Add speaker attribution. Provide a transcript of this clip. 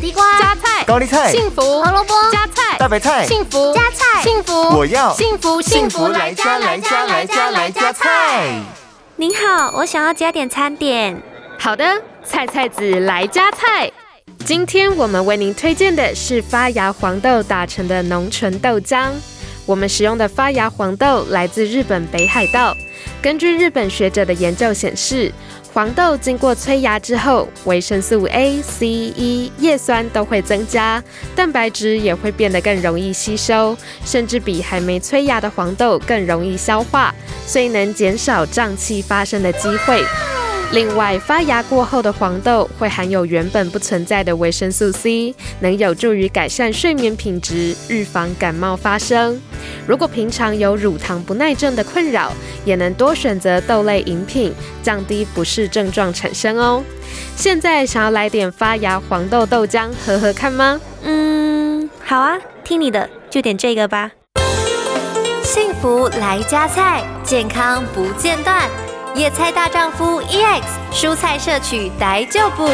Speaker 1: 地瓜、
Speaker 2: 加菜、
Speaker 3: 高丽菜、
Speaker 2: 幸福、
Speaker 1: 胡萝卜、
Speaker 2: 加菜、
Speaker 3: 大白菜、
Speaker 2: 幸福、
Speaker 1: 加菜
Speaker 2: 幸福，
Speaker 3: 我要
Speaker 2: 幸福
Speaker 3: 幸福来家来家来家来家菜。
Speaker 4: 您好，我想要加点餐点。
Speaker 2: 好的，菜菜子来加菜。今天我们为您推荐的是发芽黄豆打成的浓醇豆浆。我们使用的发芽黄豆来自日本北海道。根据日本学者的研究显示，黄豆经过催芽之后，维生素 A、C、E、叶酸都会增加，蛋白质也会变得更容易吸收，甚至比还没催芽的黄豆更容易消化，所以能减少胀气发生的机会。另外，发芽过后的黄豆会含有原本不存在的维生素 C，能有助于改善睡眠品质，预防感冒发生。如果平常有乳糖不耐症的困扰，也能多选择豆类饮品，降低不适症状产生哦。现在想要来点发芽黄豆豆浆喝喝看吗？
Speaker 4: 嗯，好啊，听你的，就点这个吧。
Speaker 1: 幸福来加菜，健康
Speaker 4: E
Speaker 1: 不间断。野菜大丈夫 EX 蔬菜摄取逮就补。